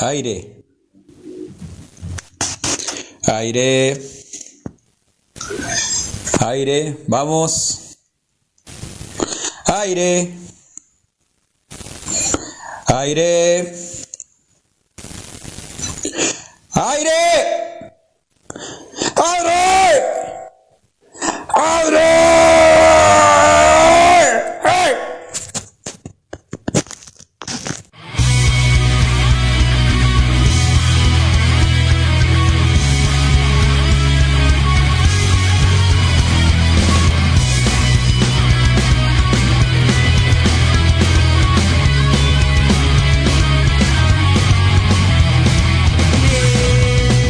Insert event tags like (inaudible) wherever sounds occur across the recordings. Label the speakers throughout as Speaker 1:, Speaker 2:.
Speaker 1: aire, aire, aire, vamos, aire, aire, aire, abre, abre. ¡Hey!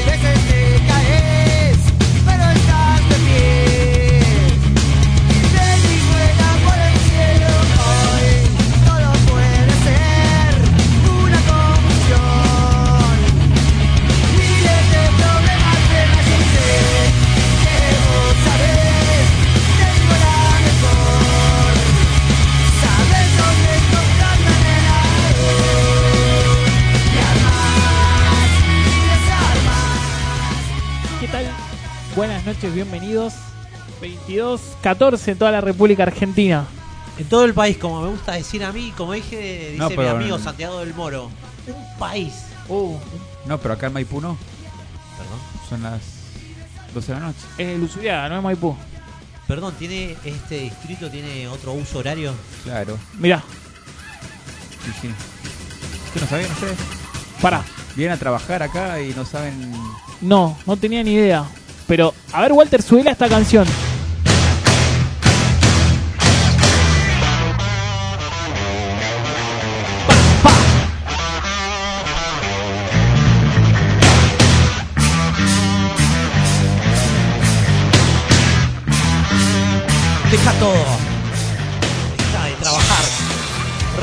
Speaker 2: Veces te caes, pero estás de pie. Te di vuelta por el cielo hoy. Todo puede ser una confusión. Miles de problemas de la gente que vos sabés tengo la mejor. Sabes dónde encontrar manera de armar y desarmar.
Speaker 3: ¿Qué tal? Buenas noches, bienvenidos. 22, 14 en toda la República Argentina.
Speaker 4: En todo el país, como me gusta decir a mí, como dije, dice
Speaker 5: No,
Speaker 4: mi
Speaker 5: pero-
Speaker 4: amigo Santiago del Moro. Un país.
Speaker 3: Oh,
Speaker 5: No, pero acá en Maipú no.
Speaker 4: Perdón.
Speaker 5: Son las 12 de la noche.
Speaker 3: Es Lusuriaga, no es Maipú.
Speaker 4: Perdón, tiene este distrito tiene otro uso horario.
Speaker 5: Claro.
Speaker 3: Mirá,
Speaker 5: Sí, sí. ¿Qué no sabían ustedes?
Speaker 3: pará.
Speaker 5: Vienen a trabajar acá y no saben.
Speaker 3: No, no tenía ni idea. Pero, a ver, Walter, subile a esta canción.
Speaker 4: Deja todo. Deja de trabajar.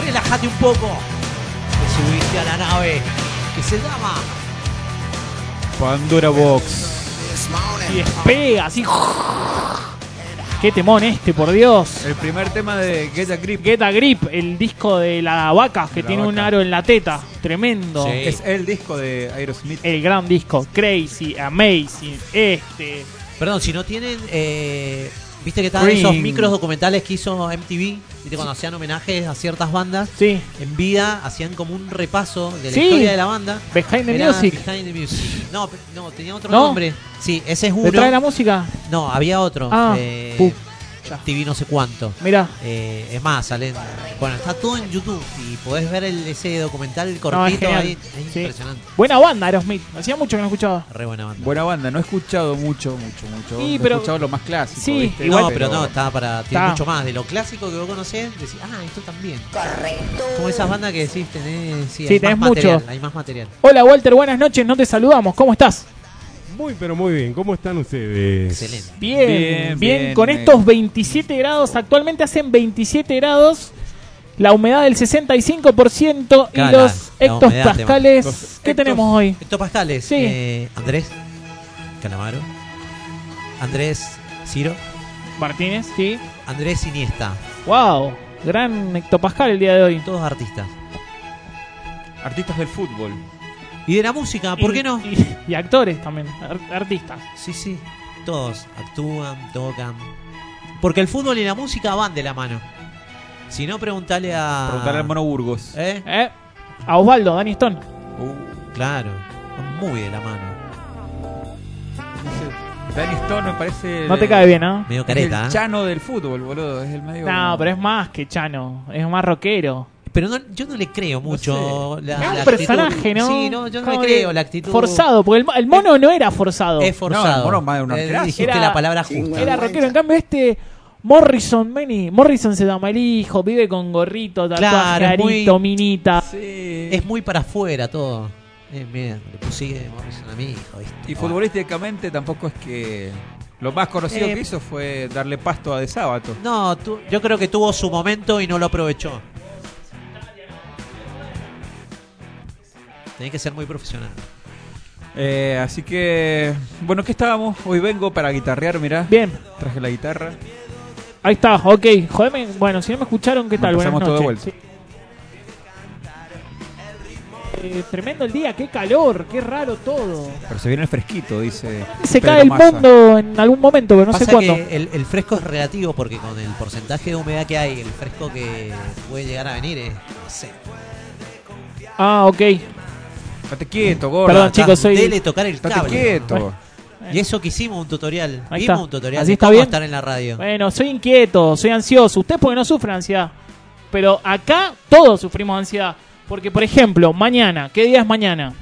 Speaker 4: Relájate un poco. Te subiste a la nave que se llama
Speaker 5: Pandora Box.
Speaker 3: Y despega, así. Qué temón este, por Dios.
Speaker 5: El primer tema de Get a Grip.
Speaker 3: Get a Grip, el disco de la vaca que
Speaker 5: La
Speaker 3: tiene un
Speaker 5: vaca.
Speaker 3: aro en la teta. Tremendo.
Speaker 4: Sí.
Speaker 5: Es el disco de Aerosmith.
Speaker 3: El gran disco. Crazy, Amazing, este.
Speaker 4: Perdón, si no tienen. eh, Viste que estaban esos
Speaker 3: Ring.
Speaker 4: micros documentales que hizo MTV. Viste cuando hacían homenajes a ciertas bandas.
Speaker 3: Sí.
Speaker 4: En vida hacían como un repaso de la
Speaker 3: Sí.
Speaker 4: historia de la banda.
Speaker 3: Behind the
Speaker 4: Era
Speaker 3: Music.
Speaker 4: Behind the Music. No, pe- no, tenía otro
Speaker 3: ¿No?
Speaker 4: nombre. Sí, ese es uno.
Speaker 3: ¿Detrás de la música?
Speaker 4: No, había otro.
Speaker 3: Ah,
Speaker 4: eh,
Speaker 3: pucha.
Speaker 4: TV no sé cuánto.
Speaker 3: Mirá.
Speaker 4: Eh, es más, salen. Bueno, está todo en YouTube y podés ver el, ese documental
Speaker 3: No, es
Speaker 4: cortito
Speaker 3: genial.
Speaker 4: ahí. Es
Speaker 3: Sí.
Speaker 4: impresionante.
Speaker 3: Buena banda, Aerosmith. Hacía mucho que no escuchaba.
Speaker 4: Re buena banda.
Speaker 5: Buena banda, no he escuchado mucho, mucho, mucho.
Speaker 3: Sí,
Speaker 5: He
Speaker 3: pero-
Speaker 5: escuchado lo más clásico.
Speaker 3: Sí,
Speaker 5: ¿viste?
Speaker 3: igual-
Speaker 4: no, pero, no, estaba para. Tiene
Speaker 3: Está.
Speaker 4: mucho más. De lo clásico que vos conocés, decís, ah, esto también. Correcto. Como esas bandas que decís, tenés. Sí,
Speaker 3: Sí,
Speaker 4: hay
Speaker 3: tenés
Speaker 4: más material,
Speaker 3: mucho.
Speaker 4: Hay más material.
Speaker 3: Hola Walter, buenas noches, no te saludamos, ¿cómo estás?
Speaker 6: Muy, pero muy bien. ¿Cómo están ustedes?
Speaker 4: Excelente.
Speaker 3: Bien, bien,
Speaker 5: Bien, bien,
Speaker 3: con
Speaker 5: bien.
Speaker 3: estos 27 grados, actualmente hacen 27 grados, la humedad del 65% y
Speaker 4: Cala,
Speaker 3: los
Speaker 4: la
Speaker 3: hectopascales.
Speaker 5: humedad, tema.
Speaker 3: ¿Qué
Speaker 5: Los
Speaker 3: tenemos hoy?
Speaker 4: Héctor Pascales,
Speaker 3: Sí.
Speaker 4: eh, Andrés Calamaro, Andrés Ciro,
Speaker 3: Martínez, sí.
Speaker 4: Andrés Iniesta,
Speaker 3: Wow, gran hectopascal el día de hoy.
Speaker 4: todos artistas.
Speaker 5: Artistas del fútbol.
Speaker 4: Y de la música, Ah, ¿por
Speaker 3: Y-
Speaker 4: qué no?
Speaker 3: Y, y actores también, ar- artistas.
Speaker 4: Sí, sí, todos actúan, tocan. Porque el fútbol y la música van de la mano. Si no, preguntale a.
Speaker 5: Preguntarle al Mono Burgos.
Speaker 4: Ah. ¿Eh? Uh,
Speaker 3: ¿Eh? A Osvaldo, Danny Stone.
Speaker 4: Claro, van muy de la mano.
Speaker 5: Danny Stone me parece.
Speaker 3: No te
Speaker 5: el-
Speaker 3: cae bien, ¿ah?
Speaker 4: Medio
Speaker 5: es
Speaker 4: careta,
Speaker 5: el
Speaker 4: ¿eh?
Speaker 5: chano del fútbol, boludo. Es el medio.
Speaker 3: No, pero es más que Chano, es más rockero.
Speaker 4: Pero no- yo no le creo mucho. la,
Speaker 3: Es
Speaker 4: la
Speaker 3: un
Speaker 4: actitud.
Speaker 3: personaje, ¿no?
Speaker 4: Sí, no, yo no
Speaker 3: Como
Speaker 4: le
Speaker 3: que
Speaker 4: creo la actitud.
Speaker 3: Forzado, porque el, mo- el mono no era forzado.
Speaker 4: Es forzado.
Speaker 5: No, bueno, más de una
Speaker 4: Eh,
Speaker 5: clase.
Speaker 4: dijiste
Speaker 3: Era-
Speaker 4: la palabra justa.
Speaker 3: Era rockero. En cambio, este Morrison, Manny, Morrison se llama el hijo, vive con gorrito, tatuaje,
Speaker 4: Claro, es muy-
Speaker 3: arito, minita.
Speaker 5: Sí.
Speaker 4: Es muy para afuera todo. Eh, mira, le puse Morrison a mi hijo, ¿viste?
Speaker 5: Y futbolísticamente tampoco es que. Lo más conocido
Speaker 4: Eh,
Speaker 5: que hizo fue darle pasto a De Sábato.
Speaker 4: No, tu- yo creo que tuvo su momento y no lo aprovechó. Tenés que ser muy profesional.
Speaker 5: Eh, así que. Bueno, ¿qué estábamos? Hoy vengo para guitarrear, mirá.
Speaker 3: Bien,
Speaker 5: Traje la guitarra.
Speaker 3: ahí está, ok. Jodeme, bueno, si no me escucharon, ¿qué
Speaker 5: Bueno,
Speaker 3: tal? Buenas
Speaker 5: empezamos
Speaker 3: noches.
Speaker 5: todo de
Speaker 3: Sí. eh, tremendo el día, qué calor, qué raro todo.
Speaker 5: Pero se viene el fresquito, dice.
Speaker 3: Se
Speaker 5: Pedro
Speaker 3: cae el
Speaker 5: Massa.
Speaker 3: mundo en algún momento, pero no
Speaker 4: Pasa
Speaker 3: sé cuándo.
Speaker 4: que el, el fresco es relativo porque con el porcentaje de humedad que hay, el fresco que puede llegar a venir es. No sé.
Speaker 3: Ah, ok.
Speaker 5: Estate quieto, gordo.
Speaker 3: Perdón, chicos, soy-
Speaker 4: Dele tocar el
Speaker 5: Estate
Speaker 4: cable.
Speaker 5: quieto.
Speaker 4: Y eso que hicimos un tutorial.
Speaker 3: Ahí
Speaker 4: Vimos
Speaker 3: está.
Speaker 4: un tutorial
Speaker 3: Así
Speaker 4: de
Speaker 3: está
Speaker 4: cómo
Speaker 3: bien.
Speaker 4: estar en la radio.
Speaker 3: Bueno, soy inquieto, soy ansioso. Usted porque no sufre ansiedad. Pero acá todos sufrimos ansiedad. Porque, por ejemplo, mañana, ¿qué día es mañana?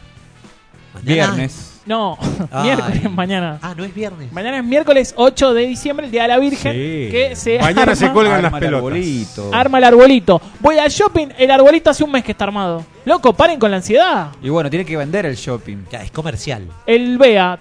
Speaker 4: Mañana-
Speaker 5: Viernes.
Speaker 3: No, (laughs)
Speaker 4: Ay.
Speaker 3: miércoles mañana.
Speaker 4: Ah, no es viernes.
Speaker 3: Mañana es miércoles 8 de diciembre, el Día de la Virgen.
Speaker 6: Sí.
Speaker 3: Que se
Speaker 6: Mañana
Speaker 3: arma,
Speaker 6: se cuelgan las
Speaker 5: Arma el
Speaker 6: pelotas.
Speaker 5: arbolito.
Speaker 3: arma el arbolito. Voy al shopping, el arbolito hace un mes que está armado. Loco, paren con la ansiedad.
Speaker 5: Y bueno, tiene que vender el shopping.
Speaker 4: Ya, es comercial.
Speaker 3: El BEA,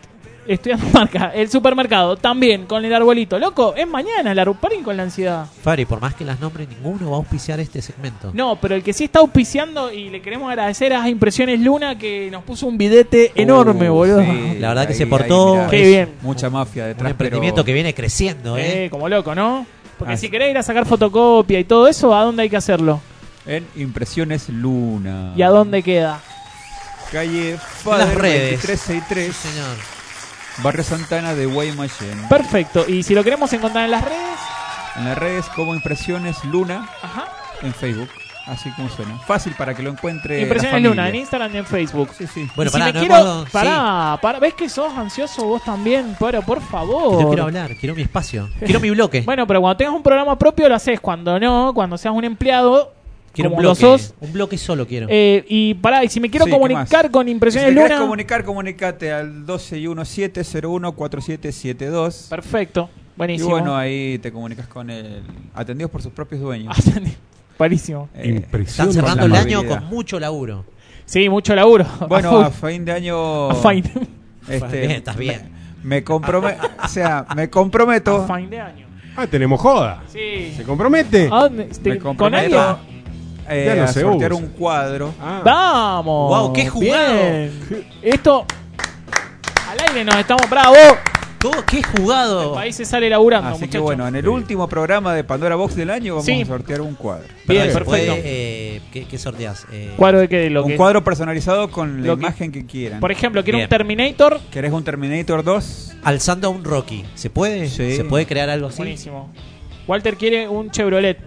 Speaker 3: estudiando (laughs) marca, el supermercado, también con el arbolito. Loco, es mañana el arbolito. Paren con la ansiedad.
Speaker 4: Fabri, por más que las nombres, ninguno va a auspiciar este segmento.
Speaker 3: No, pero el que sí está auspiciando y le queremos agradecer a Impresiones Luna que nos puso un bidete enorme,
Speaker 5: Uh,
Speaker 3: boludo.
Speaker 5: sí,
Speaker 4: La verdad que se portó-
Speaker 5: mirá,
Speaker 3: Qué
Speaker 5: es
Speaker 3: bien.
Speaker 5: Mucha mafia
Speaker 4: un
Speaker 5: detrás.
Speaker 4: emprendimiento que
Speaker 5: pero-
Speaker 4: viene creciendo, ¿eh?
Speaker 3: Eh, como loco, ¿no? Porque
Speaker 5: Ah,
Speaker 3: si
Speaker 5: sí.
Speaker 3: querés ir a sacar fotocopia y todo eso, ¿a dónde hay que hacerlo?
Speaker 5: En Impresiones Luna.
Speaker 3: ¿Y a dónde queda?
Speaker 5: Calle
Speaker 4: En
Speaker 5: Fader
Speaker 4: las redes.
Speaker 5: 2363,
Speaker 4: Sí, señor.
Speaker 5: Barrio Santana de Guaymallén.
Speaker 3: Perfecto. Y si lo queremos encontrar en las redes,
Speaker 5: En las redes como Impresiones Luna
Speaker 3: ajá.
Speaker 5: en Facebook. Así como suena. Fácil para que lo encuentre. la
Speaker 3: Impresiones
Speaker 5: familia.
Speaker 3: Luna en Instagram y en Facebook.
Speaker 5: Sí, sí.
Speaker 4: Bueno,
Speaker 3: Y
Speaker 4: pará,
Speaker 3: si me
Speaker 4: no
Speaker 3: quiero,
Speaker 4: hemos- sí.
Speaker 3: pará, pará, ves que sos ansioso vos también, pero por
Speaker 4: Yo
Speaker 3: favor.
Speaker 4: quiero hablar, quiero mi espacio, quiero mi bloque.
Speaker 3: bueno, pero cuando tengas un programa propio lo haces, cuando no, cuando seas un empleado,
Speaker 4: quiero un
Speaker 3: como lo
Speaker 4: bloque.
Speaker 3: sos,
Speaker 4: Un bloque solo quiero.
Speaker 3: Eh, y pará, y si me quiero
Speaker 5: Sí, ¿qué
Speaker 3: comunicar
Speaker 5: más?
Speaker 3: con Impresiones
Speaker 5: si te querés
Speaker 3: Luna.
Speaker 5: comunicar, comunicate al 1217014772.
Speaker 3: Perfecto,
Speaker 5: Y
Speaker 3: buenísimo. (laughs)
Speaker 5: bueno, ahí te comunicas con el. Atendidos por sus propios dueños.
Speaker 3: Ah, Buenísimo.
Speaker 5: Eh,
Speaker 4: Están
Speaker 6: Impresionante.
Speaker 4: cerrando el
Speaker 5: la
Speaker 4: año
Speaker 5: amabilidad.
Speaker 4: con mucho laburo.
Speaker 3: Sí, mucho laburo.
Speaker 5: (laughs) bueno,
Speaker 3: a
Speaker 5: a
Speaker 3: full,
Speaker 5: fin de año.
Speaker 3: a fine.
Speaker 5: Este,
Speaker 4: Bien, estás bien.
Speaker 5: Me comprometo. (laughs) o sea, me comprometo.
Speaker 3: A fin de año.
Speaker 6: Ah, tenemos joda.
Speaker 3: Sí.
Speaker 6: ¿Se compromete?
Speaker 3: ¿A dónde? Este,
Speaker 5: Me
Speaker 3: ¿Con alguien?
Speaker 5: comprometo. eh,
Speaker 6: Ya no
Speaker 5: a
Speaker 6: se
Speaker 5: sortear
Speaker 6: usa.
Speaker 5: un cuadro.
Speaker 6: Ah.
Speaker 3: ¡Vamos!
Speaker 4: Guau, qué jugado.
Speaker 3: Bien. Esto. Al aire nos estamos bravo.
Speaker 4: Todo, qué
Speaker 3: El
Speaker 4: jugado.
Speaker 3: país se sale laburando,
Speaker 5: Así que
Speaker 3: muchachos.
Speaker 5: bueno, en el último programa de Pandora Box del año vamos
Speaker 3: Ah, Sí.
Speaker 5: a sortear un cuadro.
Speaker 3: Bien,
Speaker 4: Pero después,
Speaker 3: perfecto.
Speaker 4: eh, ¿qué, qué sorteás? Eh,
Speaker 3: Cuadro de qué, de lo
Speaker 5: un
Speaker 3: que-
Speaker 5: cuadro personalizado con la
Speaker 3: lo que-
Speaker 5: imagen que quieran.
Speaker 3: Por ejemplo, quiero un
Speaker 4: Bien.
Speaker 3: Terminator.
Speaker 5: ¿Querés un Terminator 2?
Speaker 4: Alzando a un Rocky. ¿Se puede?
Speaker 5: Sí.
Speaker 4: ¿Se puede crear algo así?
Speaker 3: Buenísimo. Walter quiere un Chevrolet.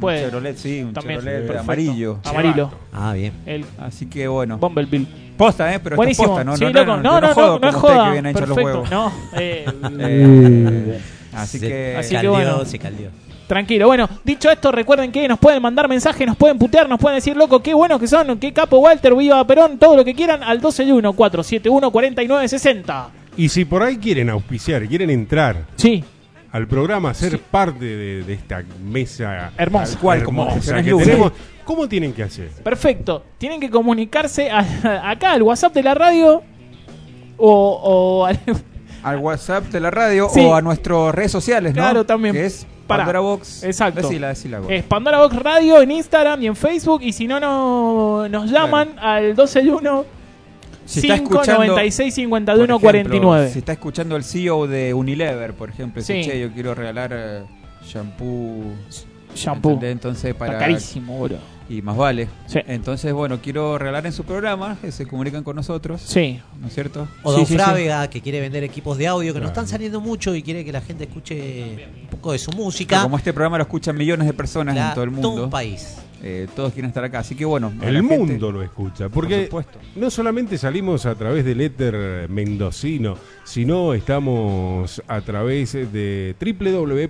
Speaker 3: Puede.
Speaker 5: Un Chevrolet, sí, un
Speaker 3: También.
Speaker 5: Chevrolet
Speaker 3: Perfecto.
Speaker 5: amarillo.
Speaker 3: Amarillo.
Speaker 4: Ah, bien.
Speaker 3: El
Speaker 5: Así que bueno.
Speaker 3: Bumblebee.
Speaker 5: Posta, ¿eh? Pero esto es
Speaker 3: Buenísimo.
Speaker 5: posta, ¿no?
Speaker 3: sí,
Speaker 5: no,
Speaker 3: loco.
Speaker 5: no, no, no, jodo
Speaker 3: no es
Speaker 5: como usted
Speaker 3: joda.
Speaker 5: que viene a hinchar los
Speaker 3: Perfecto.
Speaker 5: huevos.
Speaker 3: No, eh,
Speaker 5: (laughs) Eh, así
Speaker 4: Se-
Speaker 5: que...
Speaker 3: Así
Speaker 4: se
Speaker 3: que
Speaker 4: caldeó,
Speaker 3: bueno.
Speaker 4: se caldeó.
Speaker 3: tranquilo. Bueno, dicho esto, recuerden que nos pueden mandar mensajes, nos pueden putear, nos pueden decir, loco, qué buenos que son, qué capo Walter, viva Perón, todo lo que quieran al 121 471 4960.
Speaker 6: Y si por ahí quieren auspiciar, quieren entrar
Speaker 3: Sí,
Speaker 6: al programa, ser parte de, de esta mesa
Speaker 3: Hermosa.
Speaker 6: tal
Speaker 5: Cual, como
Speaker 6: hermosa
Speaker 5: Impresiones
Speaker 6: que
Speaker 5: Luna.
Speaker 6: tenemos, ¿cómo tienen que hacer?
Speaker 3: perfecto. Tienen que comunicarse a- (laughs) acá al WhatsApp de la radio o, o al-
Speaker 5: Al WhatsApp de la radio
Speaker 3: Sí.
Speaker 5: o a nuestras redes sociales, ¿no?
Speaker 3: Claro, también.
Speaker 5: Que es
Speaker 3: Pará.
Speaker 5: Pandora Box.
Speaker 3: Exacto.
Speaker 5: Decila, decila. vos.
Speaker 3: es Pandora Box Radio en Instagram y en Facebook. Y si no, no nos llaman al 221
Speaker 5: Si está escuchando,
Speaker 3: 596
Speaker 5: por ejemplo,
Speaker 3: 51 49.
Speaker 5: Si está escuchando el CEO de Unilever, por ejemplo, dice,
Speaker 3: Sí.
Speaker 5: che, yo quiero regalar eh, shampoo.
Speaker 3: Shampoo.
Speaker 5: ¿entendés? Entonces, para...
Speaker 3: Está carísimo, boludo.
Speaker 5: Y más vale.
Speaker 3: Sí.
Speaker 5: Entonces, bueno, quiero regalar en su programa, que se comunican con nosotros,
Speaker 3: Sí.
Speaker 5: ¿no es cierto?
Speaker 4: O
Speaker 3: Sí,
Speaker 4: Don
Speaker 3: sí, sí.
Speaker 4: Frávega, que quiere vender equipos de audio que no están saliendo mucho y quiere que la gente escuche un poco de su música.
Speaker 5: Como este programa lo escuchan millones de personas
Speaker 4: La-
Speaker 5: en todo el
Speaker 4: un
Speaker 5: mundo.
Speaker 4: país.
Speaker 5: Eh, todos quieren estar acá, así que bueno. a la
Speaker 6: El
Speaker 5: gente-
Speaker 6: mundo lo escucha, porque
Speaker 5: Por supuesto.
Speaker 6: no solamente salimos a través del éter mendocino, sino estamos a través de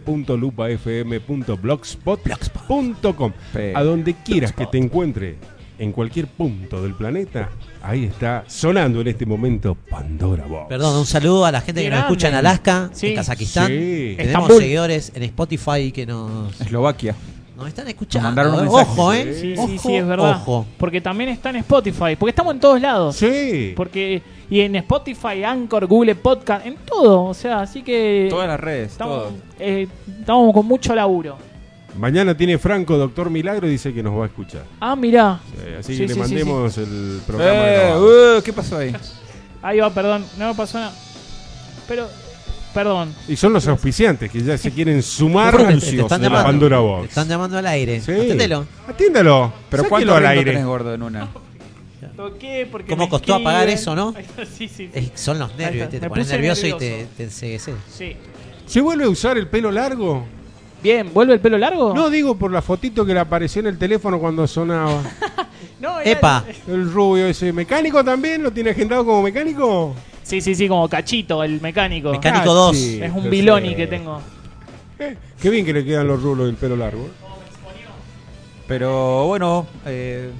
Speaker 6: www.lupafm.blogspot.com.
Speaker 5: Pe-
Speaker 6: A donde quieras que te encuentre, en cualquier punto del planeta, ahí está sonando en este momento Pandora Box.
Speaker 4: Perdón, un saludo a la gente que nos
Speaker 3: Grande.
Speaker 4: escucha en Alaska,
Speaker 3: Sí.
Speaker 4: en Kazajistán.
Speaker 6: Sí.
Speaker 4: Tenemos
Speaker 3: Estambul.
Speaker 4: seguidores en Spotify que nos,
Speaker 5: Eslovaquia.
Speaker 4: nos están escuchando.
Speaker 5: Nos mandaron un
Speaker 4: ¿eh?
Speaker 5: mensaje.
Speaker 4: ojo, ¿eh?
Speaker 3: Sí,
Speaker 4: ojo,
Speaker 3: sí, sí, es verdad.
Speaker 4: Ojo.
Speaker 3: Porque también está en Spotify. Porque estamos en todos lados.
Speaker 6: Sí.
Speaker 3: Porque, y en Spotify, Anchor, Google Podcast, en todo. O sea, así que.
Speaker 5: Todas las redes,
Speaker 3: estamos,
Speaker 5: todo.
Speaker 3: eh, estamos con mucho laburo.
Speaker 6: Mañana tiene Franco, Doctor Milagro, dice que nos va a escuchar.
Speaker 3: Ah, mirá.
Speaker 6: Eh, así
Speaker 3: Sí, sí,
Speaker 6: que le
Speaker 3: sí,
Speaker 6: mandemos el programa.
Speaker 5: Eh,
Speaker 6: grabado.
Speaker 5: uh, ¿Qué pasó ahí?
Speaker 3: Ahí va, perdón. No me pasó nada. Pero. Perdón.
Speaker 6: Y son los auspiciantes que ya se
Speaker 4: (laughs)
Speaker 6: quieren sumar
Speaker 4: Te- te- te
Speaker 6: a
Speaker 4: están
Speaker 6: la
Speaker 4: llamando.
Speaker 6: Pandora
Speaker 4: Te
Speaker 6: Box.
Speaker 4: están llamando al aire.
Speaker 6: Sí.
Speaker 4: Aténdelo.
Speaker 6: Atiéndalo.
Speaker 5: ¿Pero
Speaker 6: Sáquelo
Speaker 5: cuánto
Speaker 6: al
Speaker 5: ritmo
Speaker 6: aire.
Speaker 5: tenés gordo en una?
Speaker 3: Toqué porque.
Speaker 4: ¿Cómo
Speaker 3: me
Speaker 4: costó apagar
Speaker 3: esquivan.
Speaker 4: eso, no?
Speaker 3: Ahí está, (laughs) sí, sí. sí.
Speaker 4: Eh, son los nervios,
Speaker 3: está,
Speaker 4: ¿viste? te
Speaker 3: me
Speaker 4: pones
Speaker 3: puse
Speaker 4: nervioso, y te,
Speaker 3: nervioso.
Speaker 4: te ensegueces.
Speaker 3: Sí.
Speaker 6: ¿Se vuelve a usar el pelo largo?
Speaker 3: Bien, ¿vuelve el pelo largo?
Speaker 6: No digo por la fotito que le apareció en el teléfono cuando
Speaker 4: (laughs)
Speaker 6: sonaba.
Speaker 3: no era-
Speaker 4: Epa,
Speaker 6: El rubio ese mecánico también lo tiene agendado como mecánico.
Speaker 3: Sí, sí, sí, como cachito, el mecánico.
Speaker 4: Mecánico. dos.
Speaker 3: Es un
Speaker 6: eh,
Speaker 3: Biloni que tengo.
Speaker 6: Qué bien que le quedan los rulos del pelo largo.
Speaker 5: Pero bueno, eh,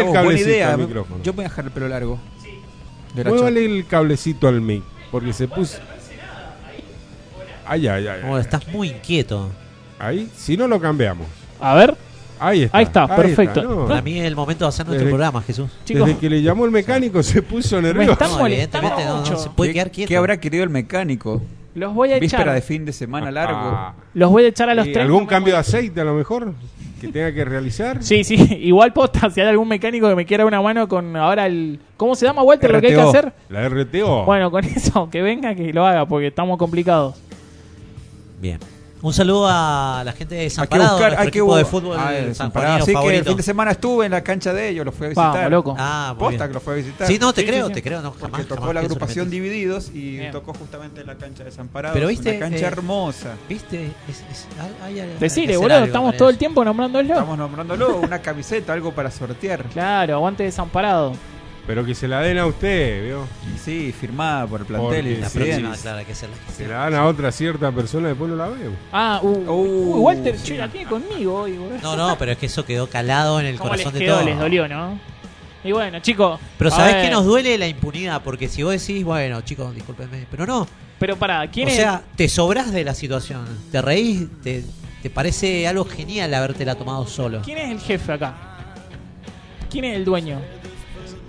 Speaker 5: mirá
Speaker 6: el
Speaker 5: vos, buena
Speaker 6: cablecito
Speaker 5: idea.
Speaker 6: al micrófono.
Speaker 5: Yo voy a dejar el pelo largo. De la
Speaker 6: Muévale el cablecito al mic, porque se puso. Ay, ay, ay.
Speaker 4: oh, estás muy inquieto.
Speaker 6: Ahí, si no lo cambiamos.
Speaker 3: A ver,
Speaker 6: Ahí está.
Speaker 3: Ahí está, perfecto.
Speaker 6: no.
Speaker 4: Para mí es el momento de hacer nuestro
Speaker 6: Desde-
Speaker 4: programa, Jesús.
Speaker 3: chicos.
Speaker 6: Desde que le llamó el mecánico se puso
Speaker 3: Me
Speaker 6: nervioso.
Speaker 3: están
Speaker 4: No,
Speaker 3: molestando
Speaker 4: evidentemente no, no
Speaker 3: mucho.
Speaker 4: se
Speaker 5: chapa.
Speaker 4: puede quedar
Speaker 5: ¿Qué,
Speaker 4: quieto.
Speaker 5: qué habrá querido el mecánico?
Speaker 3: Los voy a
Speaker 5: Víspera
Speaker 3: echar.
Speaker 5: de fin de semana largo.
Speaker 6: Ah,
Speaker 3: Los voy a echar a los
Speaker 6: ¿y
Speaker 3: tres.
Speaker 6: ¿Algún cambio de aceite a lo mejor que tenga que realizar?
Speaker 3: Sí, (laughs) sí, igual posta, si hay algún mecánico que me quiera una mano con ahora el... ¿Cómo se llama, Walter, lo que hay que
Speaker 5: RTO.
Speaker 3: hacer?
Speaker 6: La RTO.
Speaker 3: Bueno, con (laughs) eso, que venga, que lo haga, porque estamos complicados.
Speaker 4: Bien. Un saludo a la gente de San
Speaker 5: Hay que
Speaker 4: Parado,
Speaker 5: buscar,
Speaker 4: nuestro
Speaker 5: hay que
Speaker 4: equipo de
Speaker 5: bu-
Speaker 4: fútbol
Speaker 5: Ah,
Speaker 4: sanjuanino
Speaker 5: es Pará. Así que el
Speaker 4: favorito.
Speaker 5: fin de semana estuve en la cancha de ellos, los fui a visitar.
Speaker 3: Vamos, loco.
Speaker 4: Ah, muy
Speaker 5: Posta
Speaker 4: bien.
Speaker 5: que los fue a visitar.
Speaker 4: Sí, no, te
Speaker 3: Sí,
Speaker 4: creo,
Speaker 3: sí, sí.
Speaker 4: te creo. No, jamás,
Speaker 5: Porque tocó
Speaker 4: jamás
Speaker 5: la
Speaker 4: pienso
Speaker 5: agrupación
Speaker 4: repetir.
Speaker 5: Divididos y
Speaker 3: Bien.
Speaker 5: tocó justamente en la cancha de San Parado.
Speaker 4: Pero viste,
Speaker 5: Una cancha
Speaker 4: eh,
Speaker 5: hermosa.
Speaker 4: ¿Viste? Es, es, hay- hay- hay que
Speaker 3: Decile,
Speaker 4: hacer
Speaker 3: boludo,
Speaker 4: algo
Speaker 3: estamos
Speaker 4: con
Speaker 3: todo el
Speaker 4: eso.
Speaker 3: tiempo nombrándolo.
Speaker 5: Estamos nombrándolo, una camiseta, algo para sortear.
Speaker 3: Claro, aguante desamparado.
Speaker 6: Pero que se la den a usted, ¿vio?
Speaker 5: Sí, firmada por el plantel
Speaker 6: Porque
Speaker 5: y
Speaker 4: La
Speaker 6: Sí,
Speaker 4: próxima,
Speaker 5: presidente.
Speaker 4: claro, hay que hacerla.
Speaker 6: Se la dan a otra cierta persona, después no la veo.
Speaker 3: Ah, uh,
Speaker 5: Uh,
Speaker 3: uy, Walter,
Speaker 5: sí.
Speaker 3: che, la tiene conmigo hoy, boludo.
Speaker 4: No, no, pero es que eso quedó calado en el
Speaker 3: ¿Cómo les
Speaker 4: corazón de
Speaker 3: quedó?
Speaker 4: todos.
Speaker 3: Les dolió, ¿no? Y bueno, chicos...
Speaker 4: Pero
Speaker 3: a
Speaker 4: ¿sabés
Speaker 3: ver,
Speaker 4: qué nos duele? La impunidad, porque si vos decís, bueno, chicos, discúlpenme, pero no.
Speaker 3: Pero para, ¿quién
Speaker 4: o
Speaker 3: es?
Speaker 4: sea, te sobrás de la situación, te reís, te, te parece algo genial habértela tomado solo.
Speaker 3: ¿Quién es el jefe acá? ¿Quién es el dueño?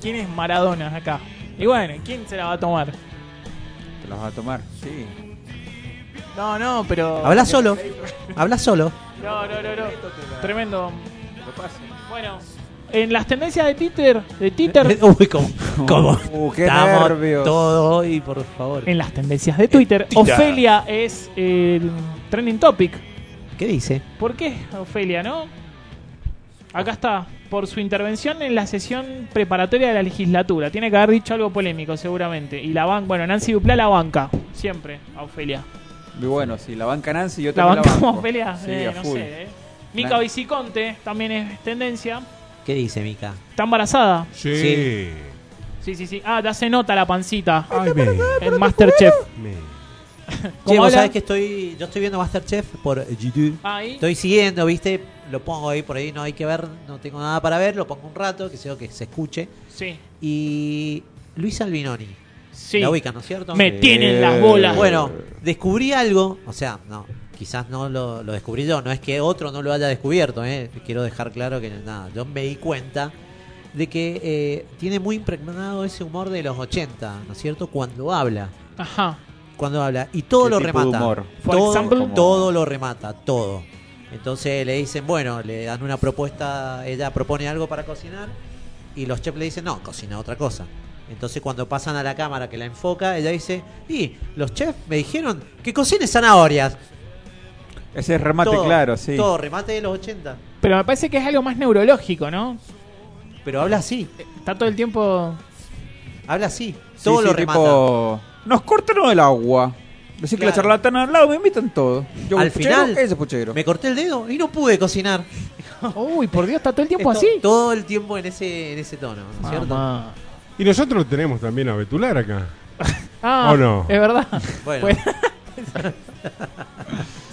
Speaker 3: ¿Quién es Maradona acá? Y bueno, ¿quién se la va a tomar?
Speaker 5: Te las va a tomar. Sí.
Speaker 3: No, no, pero.
Speaker 4: Habla solo, habla solo.
Speaker 3: No, no, no, no. Tremendo. Bueno, en las tendencias de Twitter, de Twitter,
Speaker 4: (laughs) Uy,
Speaker 5: (laughs)
Speaker 4: cómo, cómo
Speaker 5: Uh, qué
Speaker 4: estamos
Speaker 5: nervios.
Speaker 4: todo hoy, por favor.
Speaker 3: en las tendencias de Twitter, Ofelia es el trending topic.
Speaker 4: ¿Qué dice?
Speaker 3: ¿Por qué Ofelia, no? Acá está, por su intervención en la sesión preparatoria de la legislatura. Tiene que haber dicho algo polémico, seguramente. Y la banca, bueno, Nancy Duplá la banca, siempre, a Ofelia.
Speaker 5: Y bueno, sí, la banca Nancy y yo
Speaker 3: ¿La
Speaker 5: también la
Speaker 3: bancamos (laughs)
Speaker 5: banco.
Speaker 3: Ofelia?
Speaker 5: Sí,
Speaker 3: Eh,
Speaker 5: a
Speaker 3: no
Speaker 5: full.
Speaker 3: sé, eh. Mica
Speaker 5: Claro.
Speaker 3: Viciconte también es tendencia.
Speaker 4: ¿Qué dice, Mica?
Speaker 3: Está embarazada.
Speaker 6: Sí.
Speaker 4: Sí.
Speaker 3: Sí, sí, sí. Ah, te hace nota la pancita.
Speaker 6: Ay, me,
Speaker 3: En Masterchef.
Speaker 6: me.
Speaker 4: Che,
Speaker 3: ¿Cómo
Speaker 4: vos
Speaker 3: habla?
Speaker 4: sabés que estoy, yo estoy viendo Masterchef por YouTube.
Speaker 3: Ahí.
Speaker 4: Estoy siguiendo, ¿viste? Lo pongo ahí, por ahí no hay que ver, no tengo nada para ver, lo pongo un rato, que sea que se escuche.
Speaker 3: Sí,
Speaker 4: Y Luis Albinoni,
Speaker 3: sí.
Speaker 4: la ubica, ¿no es cierto?
Speaker 3: Me
Speaker 4: Sí.
Speaker 3: tienen las bolas.
Speaker 4: Bueno, descubrí algo, o sea, no, quizás no lo, lo descubrí yo, no es que otro no lo haya descubierto, ¿eh? quiero dejar claro que nada, yo me di cuenta de que eh, tiene muy impregnado ese humor de los 80, ¿no es cierto? Cuando habla,
Speaker 3: Ajá.
Speaker 4: cuando habla, y todo
Speaker 5: ¿Qué
Speaker 4: lo
Speaker 5: tipo de
Speaker 4: remata,
Speaker 5: humor?
Speaker 3: For
Speaker 4: todo,
Speaker 3: example-
Speaker 4: todo lo remata, todo. Entonces le dicen, bueno, le dan una propuesta, ella propone algo para cocinar, y los chefs le dicen, no, cocina otra cosa. Entonces cuando pasan a la cámara que la enfoca, ella dice, y los chefs me dijeron que cocine zanahorias.
Speaker 5: Ese es remate
Speaker 4: Todo,
Speaker 5: claro, sí.
Speaker 4: Todo, remate de los 80.
Speaker 3: Pero me parece que es algo más neurológico, ¿no?
Speaker 4: Pero habla así,
Speaker 3: Está todo el tiempo.
Speaker 4: habla así,
Speaker 5: Sí,
Speaker 4: todo
Speaker 5: sí,
Speaker 4: lo remata.
Speaker 5: tipo, Nos cortaron el agua. Decir que la
Speaker 4: Claro.
Speaker 5: charlatana al lado me invitan todo. Yo
Speaker 4: Al
Speaker 5: puchero,
Speaker 4: final,
Speaker 5: ese puchero.
Speaker 4: Me corté el dedo y no pude cocinar.
Speaker 3: Uy, por Dios, está todo el tiempo
Speaker 4: Esto-
Speaker 3: así.
Speaker 4: Todo el tiempo en ese, en ese tono, ¿no es cierto?
Speaker 3: Mamá.
Speaker 6: Y nosotros tenemos también a Betular acá.
Speaker 3: Ah,
Speaker 6: ¿O no?
Speaker 3: es verdad.
Speaker 4: Bueno,
Speaker 3: (laughs) Bueno.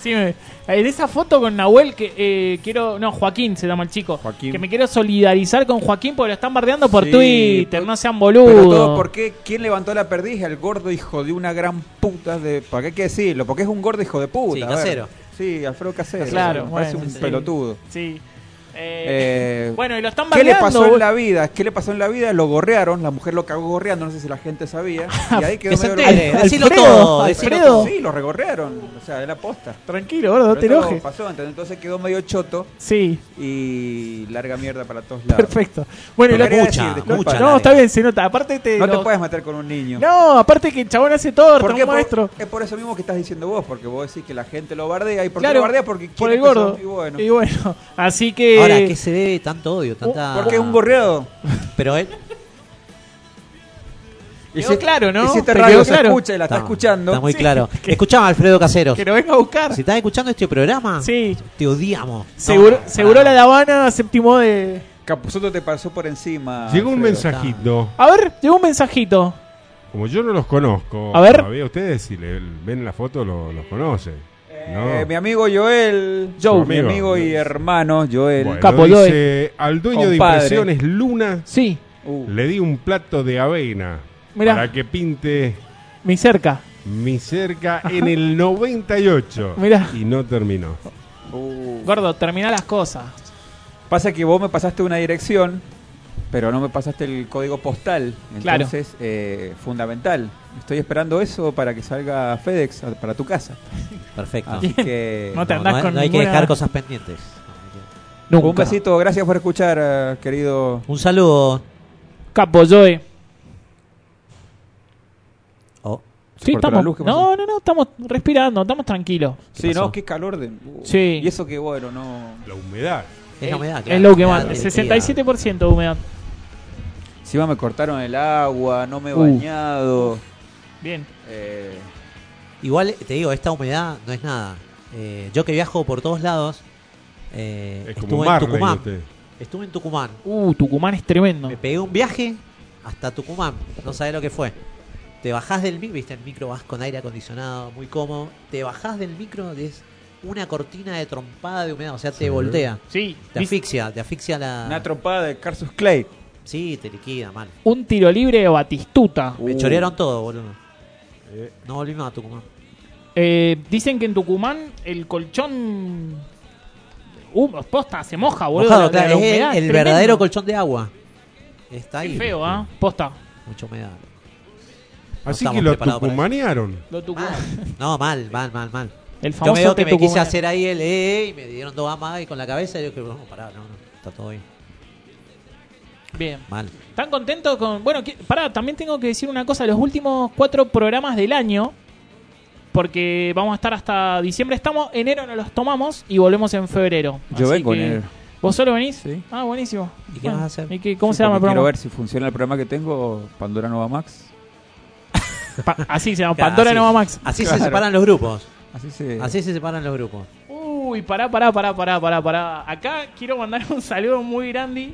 Speaker 3: Sí, me- en esa foto con Nahuel que eh, quiero, no, Joaquín se llama el chico,
Speaker 5: Joaquín.
Speaker 3: que me quiero solidarizar con Joaquín porque lo están bardeando por
Speaker 5: Sí,
Speaker 3: Twitter,
Speaker 5: por-
Speaker 3: no sean
Speaker 5: Pero todo
Speaker 3: boludos.
Speaker 5: porque ¿quién levantó la perdiz? El gordo hijo de una gran puta de... ¿Para qué hay que decirlo? Porque es un gordo hijo de puta.
Speaker 4: Sí,
Speaker 5: a ver.
Speaker 4: Casero.
Speaker 5: Sí, Alfredo Casero.
Speaker 3: Claro,
Speaker 5: Me parece
Speaker 3: bueno,
Speaker 5: un
Speaker 3: sí.
Speaker 5: pelotudo.
Speaker 3: Sí. Eh,
Speaker 5: Eh,
Speaker 3: bueno, y lo están
Speaker 5: ¿Qué
Speaker 3: bardeando.
Speaker 5: le pasó
Speaker 3: bol-
Speaker 5: en la vida? ¿Qué le pasó en la vida? Lo gorrearon, la mujer lo cagó gorreando, no sé si la
Speaker 3: (laughs)
Speaker 5: gente sabía. Y ahí quedó
Speaker 4: que se
Speaker 5: medio
Speaker 4: entere,
Speaker 5: loco.
Speaker 4: decilo
Speaker 3: Alfredo,
Speaker 4: todo,
Speaker 3: Alfredo.
Speaker 4: decilo todo.
Speaker 5: Sí, lo regorrearon, o sea, de la posta.
Speaker 3: Tranquilo, gordo, no te
Speaker 5: Pero esto
Speaker 3: enojes.
Speaker 5: pasó, ¿entendés? entonces quedó medio choto
Speaker 3: Sí,
Speaker 5: y larga mierda para todos lados.
Speaker 3: perfecto. Bueno, y
Speaker 5: Lo
Speaker 3: lo-
Speaker 5: quería
Speaker 4: Mucha,
Speaker 5: decir, disculpa.
Speaker 4: mucha.
Speaker 3: no, está bien, se nota. Aparte te
Speaker 5: No te
Speaker 3: lo-
Speaker 5: puedes matar con un niño.
Speaker 3: No, aparte que el chabón hace torta,
Speaker 5: ¿Por
Speaker 3: un
Speaker 5: qué? Por-
Speaker 3: maestro.
Speaker 5: es por eso mismo que estás diciendo vos, porque vos decís que la gente lo bardea. ¿Y por qué
Speaker 3: Claro,
Speaker 5: lo bardea? Porque
Speaker 3: por
Speaker 5: quiere
Speaker 3: el
Speaker 5: que
Speaker 3: gordo.
Speaker 5: sos- y bueno.
Speaker 3: Y bueno, (laughs) así que
Speaker 4: Ahora, ¿a qué se debe tanto odio? Tanta...
Speaker 5: ¿Por qué Ah. un gorreado?
Speaker 4: Pero él...
Speaker 3: Quedó claro, ¿no?
Speaker 5: Y si esta
Speaker 3: Te
Speaker 5: radio
Speaker 3: quedó
Speaker 5: se
Speaker 3: claro.
Speaker 5: escucha y la está escuchando.
Speaker 4: Está muy
Speaker 5: Sí.
Speaker 4: claro. Escuchaba Alfredo Caseros.
Speaker 3: Que lo venga a buscar.
Speaker 4: Si estás escuchando este programa,
Speaker 3: Sí.
Speaker 4: te odiamos.
Speaker 3: Seguro,
Speaker 4: No,
Speaker 3: seguro
Speaker 4: no.
Speaker 3: la Habana séptimo de.
Speaker 5: Capuzotto te pasó por
Speaker 3: Ah,
Speaker 5: encima.
Speaker 6: Llegó un
Speaker 5: Alfredo.
Speaker 6: mensajito.
Speaker 3: A ver, llegó un mensajito.
Speaker 6: Como yo no los conozco,
Speaker 3: A ver.
Speaker 6: todavía ustedes si le- ven la foto lo- los conocen.
Speaker 5: Eh,
Speaker 6: ¿no?
Speaker 5: Mi amigo Joel.
Speaker 6: Joe.
Speaker 5: Mi amigo y hermano Joel.
Speaker 6: Bueno,
Speaker 3: Capo,
Speaker 6: dice, al dueño
Speaker 5: Compadre.
Speaker 6: de impresiones Luna
Speaker 3: Sí,
Speaker 5: Uh,
Speaker 6: le di un plato de avena
Speaker 3: Mirá.
Speaker 6: para que pinte
Speaker 3: mi cerca.
Speaker 6: mi cerca
Speaker 3: (laughs)
Speaker 6: en el 98.
Speaker 3: Mirá.
Speaker 6: Y no terminó.
Speaker 5: uh.
Speaker 3: Gordo, termina las cosas.
Speaker 5: Pasa que vos me pasaste una dirección, pero no me pasaste el código postal.
Speaker 3: Claro.
Speaker 5: Entonces, eh, fundamental. Estoy esperando eso para que salga FedEx a- para tu casa.
Speaker 4: Perfecto.
Speaker 5: Así que.
Speaker 3: No te
Speaker 4: No,
Speaker 3: andás
Speaker 4: no hay-
Speaker 3: con
Speaker 4: no hay que
Speaker 3: ninguna-
Speaker 4: dejar cosas pendientes.
Speaker 3: Nunca.
Speaker 5: Un besito, gracias por escuchar, eh, querido.
Speaker 4: Un saludo.
Speaker 3: Capo Joe.
Speaker 4: Oh,
Speaker 3: Sí,
Speaker 5: cortó
Speaker 3: estamos.
Speaker 5: la luz, ¿qué pasó?
Speaker 3: no, no, no, estamos respirando, estamos tranquilos.
Speaker 5: Sí,
Speaker 4: pasó?
Speaker 5: no, qué calor de. uh,
Speaker 3: Sí.
Speaker 5: Y eso que bueno, no.
Speaker 6: La humedad.
Speaker 4: es la humedad, claro,
Speaker 3: Eh, es lo que
Speaker 4: humedad
Speaker 3: manda.
Speaker 4: del día.
Speaker 3: 67% de humedad.
Speaker 5: Encima me cortaron el agua, no me he
Speaker 3: Uh.
Speaker 5: bañado.
Speaker 3: Bien.
Speaker 5: eh,
Speaker 4: Igual te digo, esta humedad no es nada. Eh, yo que viajo por todos lados, eh,
Speaker 6: Es como
Speaker 4: estuve en
Speaker 6: Marley este.
Speaker 4: Tucumán.
Speaker 6: usted.
Speaker 4: Estuve en Tucumán.
Speaker 3: Uh, Tucumán es tremendo.
Speaker 4: Me pegué un viaje hasta Tucumán. No sabés lo que fue. Te bajás del micro, viste, el micro vas con aire acondicionado, muy cómodo. Te bajás del micro, es una cortina de trompada de humedad, o sea, te voltea.
Speaker 3: Sí,
Speaker 4: Te
Speaker 3: dice,
Speaker 4: asfixia, te asfixia
Speaker 3: Ah.
Speaker 4: la.
Speaker 5: Una trompada de Carsus Clay.
Speaker 4: Sí, te liquida, mal.
Speaker 3: un tiro libre de Batistuta.
Speaker 4: Me
Speaker 5: Uh.
Speaker 4: chorearon todo, boludo.
Speaker 6: Eh.
Speaker 4: No volvimos a Tucumán.
Speaker 3: Ah, Eh, dicen que en Tucumán el colchón. Uh, posta, se moja, boludo.
Speaker 4: Mojado,
Speaker 3: la-
Speaker 4: claro,
Speaker 3: la
Speaker 4: es
Speaker 3: humedad
Speaker 4: el,
Speaker 3: es
Speaker 4: el
Speaker 3: tremenda.
Speaker 4: verdadero colchón de agua. Está ahí.
Speaker 3: Qué feo, ¿ah? Posta.
Speaker 4: Mucha humedad. No
Speaker 6: Así
Speaker 4: estamos
Speaker 6: que lo
Speaker 4: preparados para eso.
Speaker 6: tucumanearon.
Speaker 3: Lo Tucumán.
Speaker 4: Mal. No, mal, mal, mal, mal.
Speaker 3: El
Speaker 4: Ah, Yo
Speaker 3: famoso
Speaker 4: veo que me
Speaker 3: Tetucumán.
Speaker 4: quise hacer ahí el eh, y me dieron dos amagas y con la cabeza y yo que no, pará, no, no, está todo bien.
Speaker 3: Bien.
Speaker 4: Mal.
Speaker 3: ¿Están contentos con.? Bueno, que- pará, también tengo que decir una cosa. Los últimos cuatro programas del año. Porque vamos a estar hasta diciembre. Estamos, enero no los tomamos y volvemos en febrero.
Speaker 5: Yo
Speaker 3: Así
Speaker 5: vengo en
Speaker 3: que-
Speaker 5: enero.
Speaker 3: ¿Vos solo venís?
Speaker 5: Sí.
Speaker 3: Ah, buenísimo.
Speaker 4: ¿Y qué vas a hacer?
Speaker 3: ¿y qué- ¿Cómo
Speaker 5: Sí,
Speaker 3: se llama el
Speaker 5: porque Quiero
Speaker 3: programa?
Speaker 5: ver si funciona el programa que tengo, Pandora Nova Max.
Speaker 3: Pa- así
Speaker 5: (laughs)
Speaker 3: se llama,
Speaker 5: Ah,
Speaker 4: Claro,
Speaker 3: Pandora
Speaker 4: así-
Speaker 3: Nova Max.
Speaker 4: Así
Speaker 5: Claro.
Speaker 4: se separan los grupos.
Speaker 5: Así se.
Speaker 4: Así se separan los grupos.
Speaker 3: Uy, pará, pará, pará, pará, pará, pará. Acá quiero mandar un saludo muy grande,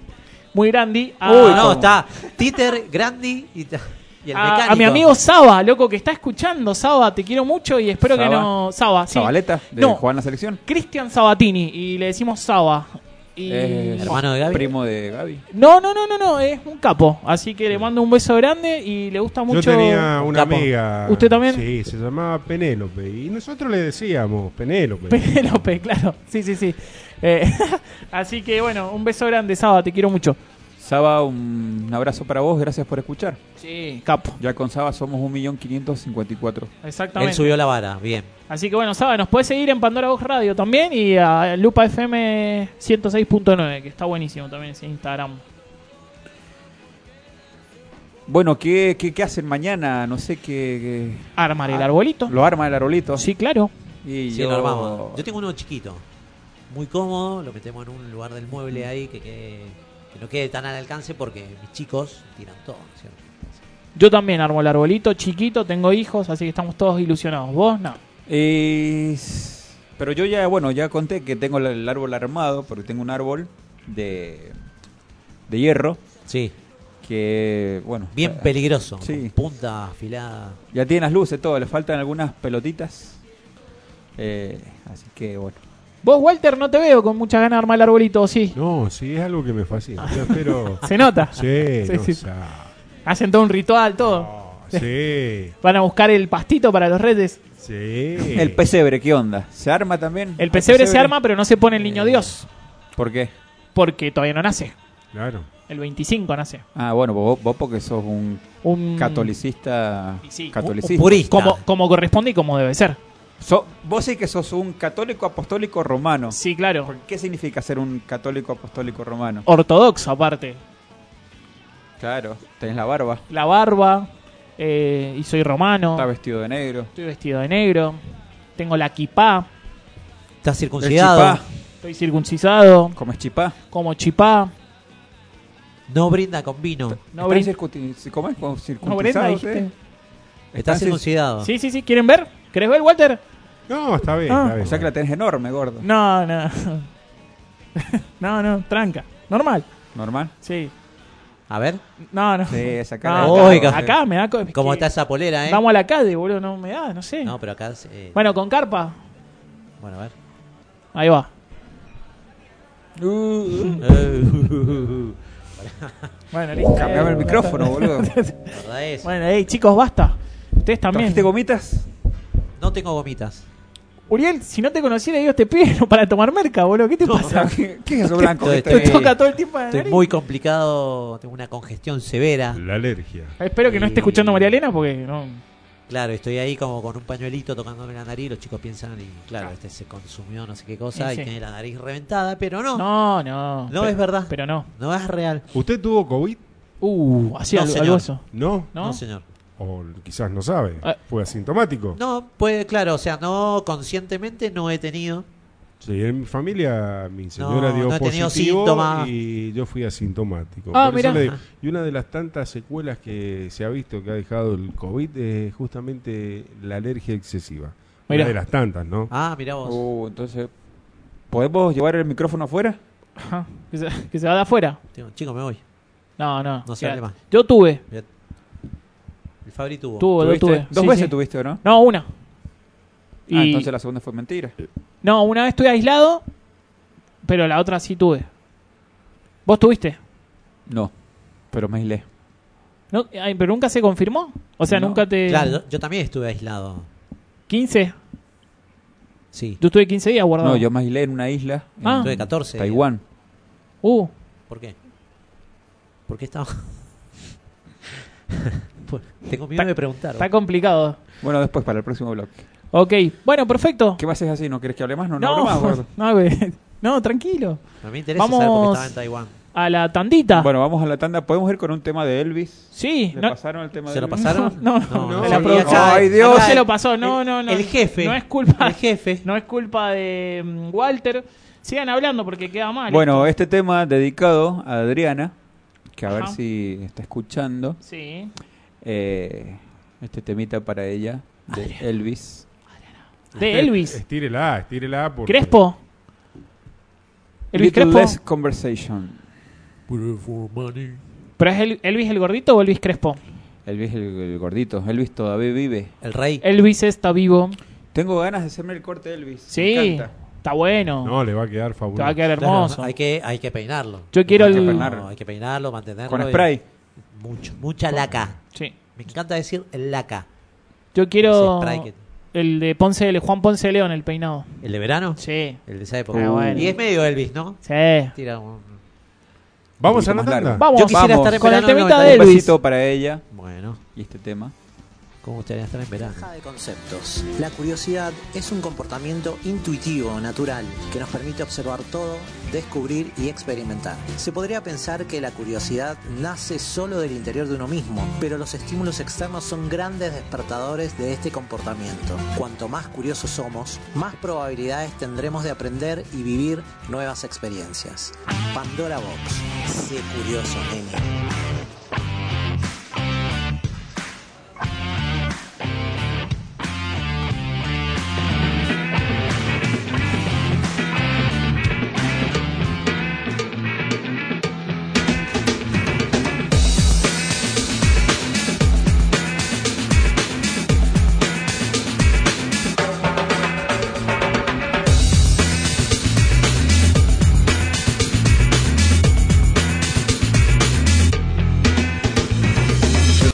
Speaker 3: muy grande a,
Speaker 4: Uy, no, está Titer, Grandi y, ta- y el
Speaker 3: Ah, a-
Speaker 4: mecánico.
Speaker 3: a mi amigo Saba, loco, que está escuchando. Saba, te quiero mucho y espero que
Speaker 5: Saba.
Speaker 3: no... Saba, sí.
Speaker 5: Zabaleta, de
Speaker 3: No.
Speaker 5: jugar en la selección.
Speaker 3: Cristian Sabatini y le decimos Saba. Y...
Speaker 5: Eh,
Speaker 4: Hermano de Gaby.
Speaker 5: Primo de Gaby.
Speaker 3: No, no, no, no, no, es un capo. Así que le mando un beso grande y le gusta mucho...
Speaker 6: Yo tenía una
Speaker 4: Capo.
Speaker 6: amiga.
Speaker 3: ¿Usted también?
Speaker 6: Sí, se llamaba Penélope. Y nosotros le decíamos
Speaker 3: (laughs)
Speaker 6: Penélope.
Speaker 3: Penélope, claro. Sí, sí, sí. Eh, (laughs) así que bueno, un beso grande, Saba, te quiero mucho.
Speaker 5: Saba, un abrazo para vos, gracias por escuchar.
Speaker 3: Sí, capo.
Speaker 5: Ya con Saba somos 1.554.
Speaker 3: Exactamente.
Speaker 4: Él subió la vara, bien.
Speaker 3: Así que bueno, Saba, nos puedes seguir en Pandora Vox Radio también y a Lupa FM 106.9, que está buenísimo también ese Instagram.
Speaker 5: Bueno, ¿qué, qué, qué hacen mañana? No sé qué.
Speaker 3: Armar el
Speaker 5: Ah,
Speaker 3: arbolito.
Speaker 5: Lo arma el arbolito.
Speaker 3: Sí, claro.
Speaker 5: Y
Speaker 4: Sí,
Speaker 5: yo...
Speaker 4: lo armamos. Yo tengo uno chiquito, muy cómodo, lo metemos en un lugar del mueble ahí que, quede- que no quede tan al alcance porque mis chicos tiran todo, ¿no es ¿cierto?
Speaker 3: Yo también armo el arbolito, chiquito, tengo hijos, así que estamos todos ilusionados. Vos no.
Speaker 5: Eh, s- Pero yo ya, bueno, ya conté que tengo la- el árbol armado, porque tengo un árbol de, de hierro
Speaker 4: Sí,
Speaker 5: que, bueno.
Speaker 3: Eh,
Speaker 4: bien
Speaker 5: ya-
Speaker 4: peligroso,
Speaker 5: Sí.
Speaker 4: con punta afilada.
Speaker 5: Ya tiene las luces, todo, le faltan algunas pelotitas. Eh, así que, bueno.
Speaker 3: Vos, Walter, no te veo con muchas ganas de armar el arbolito, ¿o sí.
Speaker 6: No, sí, es algo que me fascina.
Speaker 3: (laughs)
Speaker 6: Yo espero.
Speaker 3: Se nota.
Speaker 6: Sí,
Speaker 3: Sí,
Speaker 6: no
Speaker 3: sí.
Speaker 6: sabe.
Speaker 3: Hacen todo un ritual, todo.
Speaker 6: No, sí,
Speaker 3: Van a buscar el pastito para los redes.
Speaker 6: sí.
Speaker 5: El pesebre, ¿qué onda? ¿Se arma también?
Speaker 3: Eh, El pesebre Eh. se arma, pero no se pone el niño Dios,
Speaker 5: ¿Por qué?
Speaker 3: porque todavía no nace.
Speaker 6: Claro.
Speaker 3: El 25 nace.
Speaker 5: Ah, bueno, vos, vos porque sos un
Speaker 3: Un
Speaker 5: catolicista.
Speaker 3: Mm. Y sí.
Speaker 5: catolicista.
Speaker 4: Un- un purista.
Speaker 3: Como, como corresponde y como debe ser.
Speaker 5: So- vos sí que sos un católico apostólico romano.
Speaker 3: Sí, claro.
Speaker 5: ¿Qué significa ser un católico apostólico romano?
Speaker 3: Oh. ortodoxo aparte.
Speaker 5: Claro, tenés la barba,
Speaker 3: La barba, eh, y soy romano,
Speaker 5: estás vestido de negro.
Speaker 3: estoy vestido de negro, tengo la kipá,
Speaker 4: Está circuncidado.
Speaker 5: chipá.
Speaker 3: Estoy circuncisado,
Speaker 5: Como es chipá.
Speaker 3: como chipá.
Speaker 4: No brinda con vino.
Speaker 3: No
Speaker 5: ¿Están
Speaker 3: brin-
Speaker 5: circunti- ¿Cómo es? ¿Cómo
Speaker 3: no brinda,
Speaker 5: circuncisados,
Speaker 3: dijiste.
Speaker 5: eh?
Speaker 4: Está
Speaker 5: Están cir-
Speaker 4: circuncidado.
Speaker 3: Sí, sí, sí. ¿Quieren ver? ¿Querés ver, Walter?
Speaker 6: No, está bien,
Speaker 3: Ah.
Speaker 6: está bien.
Speaker 5: O sea que la tenés enorme, gordo.
Speaker 3: No, no. (laughs) no, no, tranca. Normal.
Speaker 5: ¿Normal?
Speaker 3: Sí.
Speaker 4: A ver,
Speaker 3: No, no.
Speaker 5: Sí, esa cara.
Speaker 3: No,
Speaker 4: acá. Oiga.
Speaker 3: Acá me da. co- es
Speaker 4: ¿cómo
Speaker 3: que
Speaker 4: está esa polera, eh?
Speaker 3: Vamos a la calle, boludo. No me da, no sé.
Speaker 4: No, pero acá. eh, bueno.
Speaker 3: Bueno, con carpa. (laughs)
Speaker 4: a ver.
Speaker 3: Ahí va. Uh,
Speaker 4: Eh,
Speaker 3: Bueno, listo.
Speaker 5: Cambiaba el micrófono, boludo.
Speaker 4: la verdad es,
Speaker 3: (laughs) Bueno, hey, chicos, basta. Ustedes también.
Speaker 5: ¿Trajiste gomitas?
Speaker 4: No tengo gomitas.
Speaker 3: Uriel, si no te conociera, digo, te piden (laughs) para tomar merca, boludo. ¿Qué te
Speaker 5: (laughs)
Speaker 3: pasa?
Speaker 5: ¿Qué qué es eso blanco? que
Speaker 4: Estoy-
Speaker 3: Te
Speaker 5: está ahí?
Speaker 3: toca todo el tiempo. en la
Speaker 4: Estoy
Speaker 3: nariz.
Speaker 4: muy complicado. Tengo una congestión severa.
Speaker 6: La alergia.
Speaker 3: Espero que no esté escuchando María Elena porque no.
Speaker 4: Claro, estoy ahí como con un pañuelito tocándome la nariz. Los chicos piensan, y claro, este se consumió no sé qué cosa
Speaker 3: Y
Speaker 4: y,
Speaker 3: sí.
Speaker 4: tiene la nariz reventada, pero no. No,
Speaker 3: No, no. Pero-
Speaker 4: es verdad.
Speaker 3: Pero no.
Speaker 4: No es real.
Speaker 6: ¿Usted tuvo COVID?
Speaker 3: Uh, así
Speaker 4: No,
Speaker 3: algo,
Speaker 4: señor.
Speaker 3: algo eso.
Speaker 6: No.
Speaker 3: ¿No?
Speaker 4: ¿No? señor.
Speaker 6: O quizás no sabe.
Speaker 3: Ah.
Speaker 6: Fue asintomático.
Speaker 4: No, puede, claro, o sea, no conscientemente no he tenido.
Speaker 6: Sí, en mi familia, mi señora
Speaker 4: No,
Speaker 6: dio
Speaker 4: no he tenido
Speaker 6: positivo
Speaker 4: síntomas.
Speaker 6: y yo fui asintomático.
Speaker 3: Ah,
Speaker 6: Por eso
Speaker 3: mirá.
Speaker 6: le digo. y una de las tantas secuelas que se ha visto que ha dejado el COVID es justamente la alergia excesiva.
Speaker 3: Mirá.
Speaker 6: Una de las tantas, ¿no?
Speaker 4: Ah, mira vos.
Speaker 5: Uh, entonces, ¿podemos llevar el micrófono afuera?
Speaker 3: Ajá. Que se, que se va de afuera.
Speaker 4: Tengo- Chico, me voy.
Speaker 3: No, no.
Speaker 4: No se
Speaker 3: Mira,
Speaker 4: hable más.
Speaker 3: Yo tuve.
Speaker 4: El Fabri tuvo.
Speaker 3: Tuvo, yo
Speaker 5: ¿Tuviste?
Speaker 3: tuve.
Speaker 5: Dos
Speaker 3: Sí,
Speaker 5: veces
Speaker 3: sí.
Speaker 5: tuviste, ¿o no?
Speaker 3: No, una. Y,
Speaker 5: Ah, entonces la segunda fue mentira.
Speaker 4: Eh,
Speaker 3: No, una vez estuve aislado, pero la otra sí tuve. ¿Vos tuviste?
Speaker 5: No, pero me aislé.
Speaker 3: No, ay, ¿Pero nunca se confirmó? O sea,
Speaker 5: No.
Speaker 3: nunca te...
Speaker 4: Claro, yo, yo también estuve aislado.
Speaker 3: 15.
Speaker 4: Sí.
Speaker 3: Yo estuve 15 días guardado.
Speaker 5: No, yo me aislé en una isla, en
Speaker 3: Ah.
Speaker 4: Estuve 14.
Speaker 5: Taiwán.
Speaker 3: Uh,
Speaker 4: ¿Por qué? ¿Por qué estaba.? (laughs) Pues, Tengo miedo
Speaker 3: Está-
Speaker 4: de preguntar.
Speaker 3: está complicado.
Speaker 5: Bueno, después para el próximo bloque.
Speaker 3: Ok, bueno, perfecto.
Speaker 5: ¿Qué haces así? ¿No querés que hable más? No, no,
Speaker 3: no,
Speaker 5: hable
Speaker 3: (laughs)
Speaker 5: más, gordo.
Speaker 3: no, güey. no, tranquilo.
Speaker 4: A mí me interesa saber por qué
Speaker 3: Vamos.
Speaker 4: estaba en Taiwán.
Speaker 3: A la tandita.
Speaker 5: Bueno, vamos a la tanda. ¿Podemos ir con un tema de Elvis?
Speaker 3: sí.
Speaker 5: ¿Le
Speaker 3: No,
Speaker 5: pasaron el tema
Speaker 4: ¿Se
Speaker 5: de
Speaker 4: lo
Speaker 5: Elvis?
Speaker 3: (laughs)
Speaker 4: pasaron?
Speaker 3: No, no,
Speaker 6: no,
Speaker 4: se
Speaker 6: la
Speaker 4: lo
Speaker 6: producción.
Speaker 4: acá-
Speaker 5: Ay, Dios.
Speaker 3: no
Speaker 4: acá
Speaker 3: se lo
Speaker 4: el-
Speaker 3: pasó. No, no, no.
Speaker 4: El jefe.
Speaker 3: No es culpa.
Speaker 4: El jefe.
Speaker 3: (laughs) No es culpa de mm, Walter. Sigan hablando porque queda mal.
Speaker 5: Bueno, este tema dedicado a Adriana, que a ver
Speaker 3: Ajá.
Speaker 5: si está escuchando.
Speaker 3: Sí.
Speaker 5: eh, este temita para ella, de Elvis. Este
Speaker 3: De Elvis.
Speaker 6: Estírela, estírela. Porque...
Speaker 3: Crespo. Elvis
Speaker 5: Little
Speaker 3: Crespo.
Speaker 5: Less Conversation.
Speaker 3: ¿Pero es el- Elvis el gordito o Elvis Crespo?
Speaker 5: Elvis el, el gordito. Elvis todavía vive.
Speaker 4: El rey.
Speaker 3: Elvis está vivo.
Speaker 5: Tengo ganas de hacerme el corte de Elvis. Me
Speaker 3: Sí.
Speaker 5: encanta.
Speaker 3: Está bueno.
Speaker 6: No, le va a
Speaker 3: Te
Speaker 6: quedar
Speaker 3: va a
Speaker 6: fabuloso.
Speaker 3: quedar
Speaker 4: Claro,
Speaker 3: hermoso.
Speaker 4: hay, que, hay que peinarlo.
Speaker 3: Yo quiero
Speaker 5: Hay que
Speaker 3: el-
Speaker 5: peinar.
Speaker 4: hay que peinarlo, mantenerlo.
Speaker 5: Con
Speaker 4: y-
Speaker 5: spray.
Speaker 4: Mucho, mucha laca.
Speaker 3: Sí.
Speaker 4: Me encanta decir laca.
Speaker 3: Yo quiero
Speaker 4: Ese spray que-
Speaker 3: el de Ponce, el Juan Ponce de León, el peinado.
Speaker 4: ¿El de verano?
Speaker 3: Sí.
Speaker 4: El de esa época.
Speaker 3: Ah, bueno.
Speaker 4: Y es medio Elvis, ¿no?
Speaker 3: Sí.
Speaker 4: Tira un-
Speaker 6: Vamos a
Speaker 5: Un
Speaker 6: la
Speaker 5: poquito más
Speaker 6: tanda.
Speaker 5: largo.
Speaker 3: Vamos.
Speaker 4: Yo quisiera
Speaker 5: Vamos.
Speaker 4: estar en
Speaker 3: Con el
Speaker 4: verano.
Speaker 3: temita
Speaker 4: no,
Speaker 3: de
Speaker 5: Un
Speaker 3: Elvis.
Speaker 5: besito para ella
Speaker 4: Bueno,
Speaker 5: y este tema.
Speaker 4: ¿cómo gustaría estar en verano?
Speaker 7: Caja de conceptos. La curiosidad es un comportamiento intuitivo, natural, que nos permite observar todo, descubrir y experimentar. Se podría pensar que la curiosidad nace solo del interior de uno mismo, pero los estímulos externos son grandes despertadores de este comportamiento. Cuanto más curiosos somos, más probabilidades tendremos de aprender y vivir nuevas experiencias. Pandora Box. Sé curioso, nene.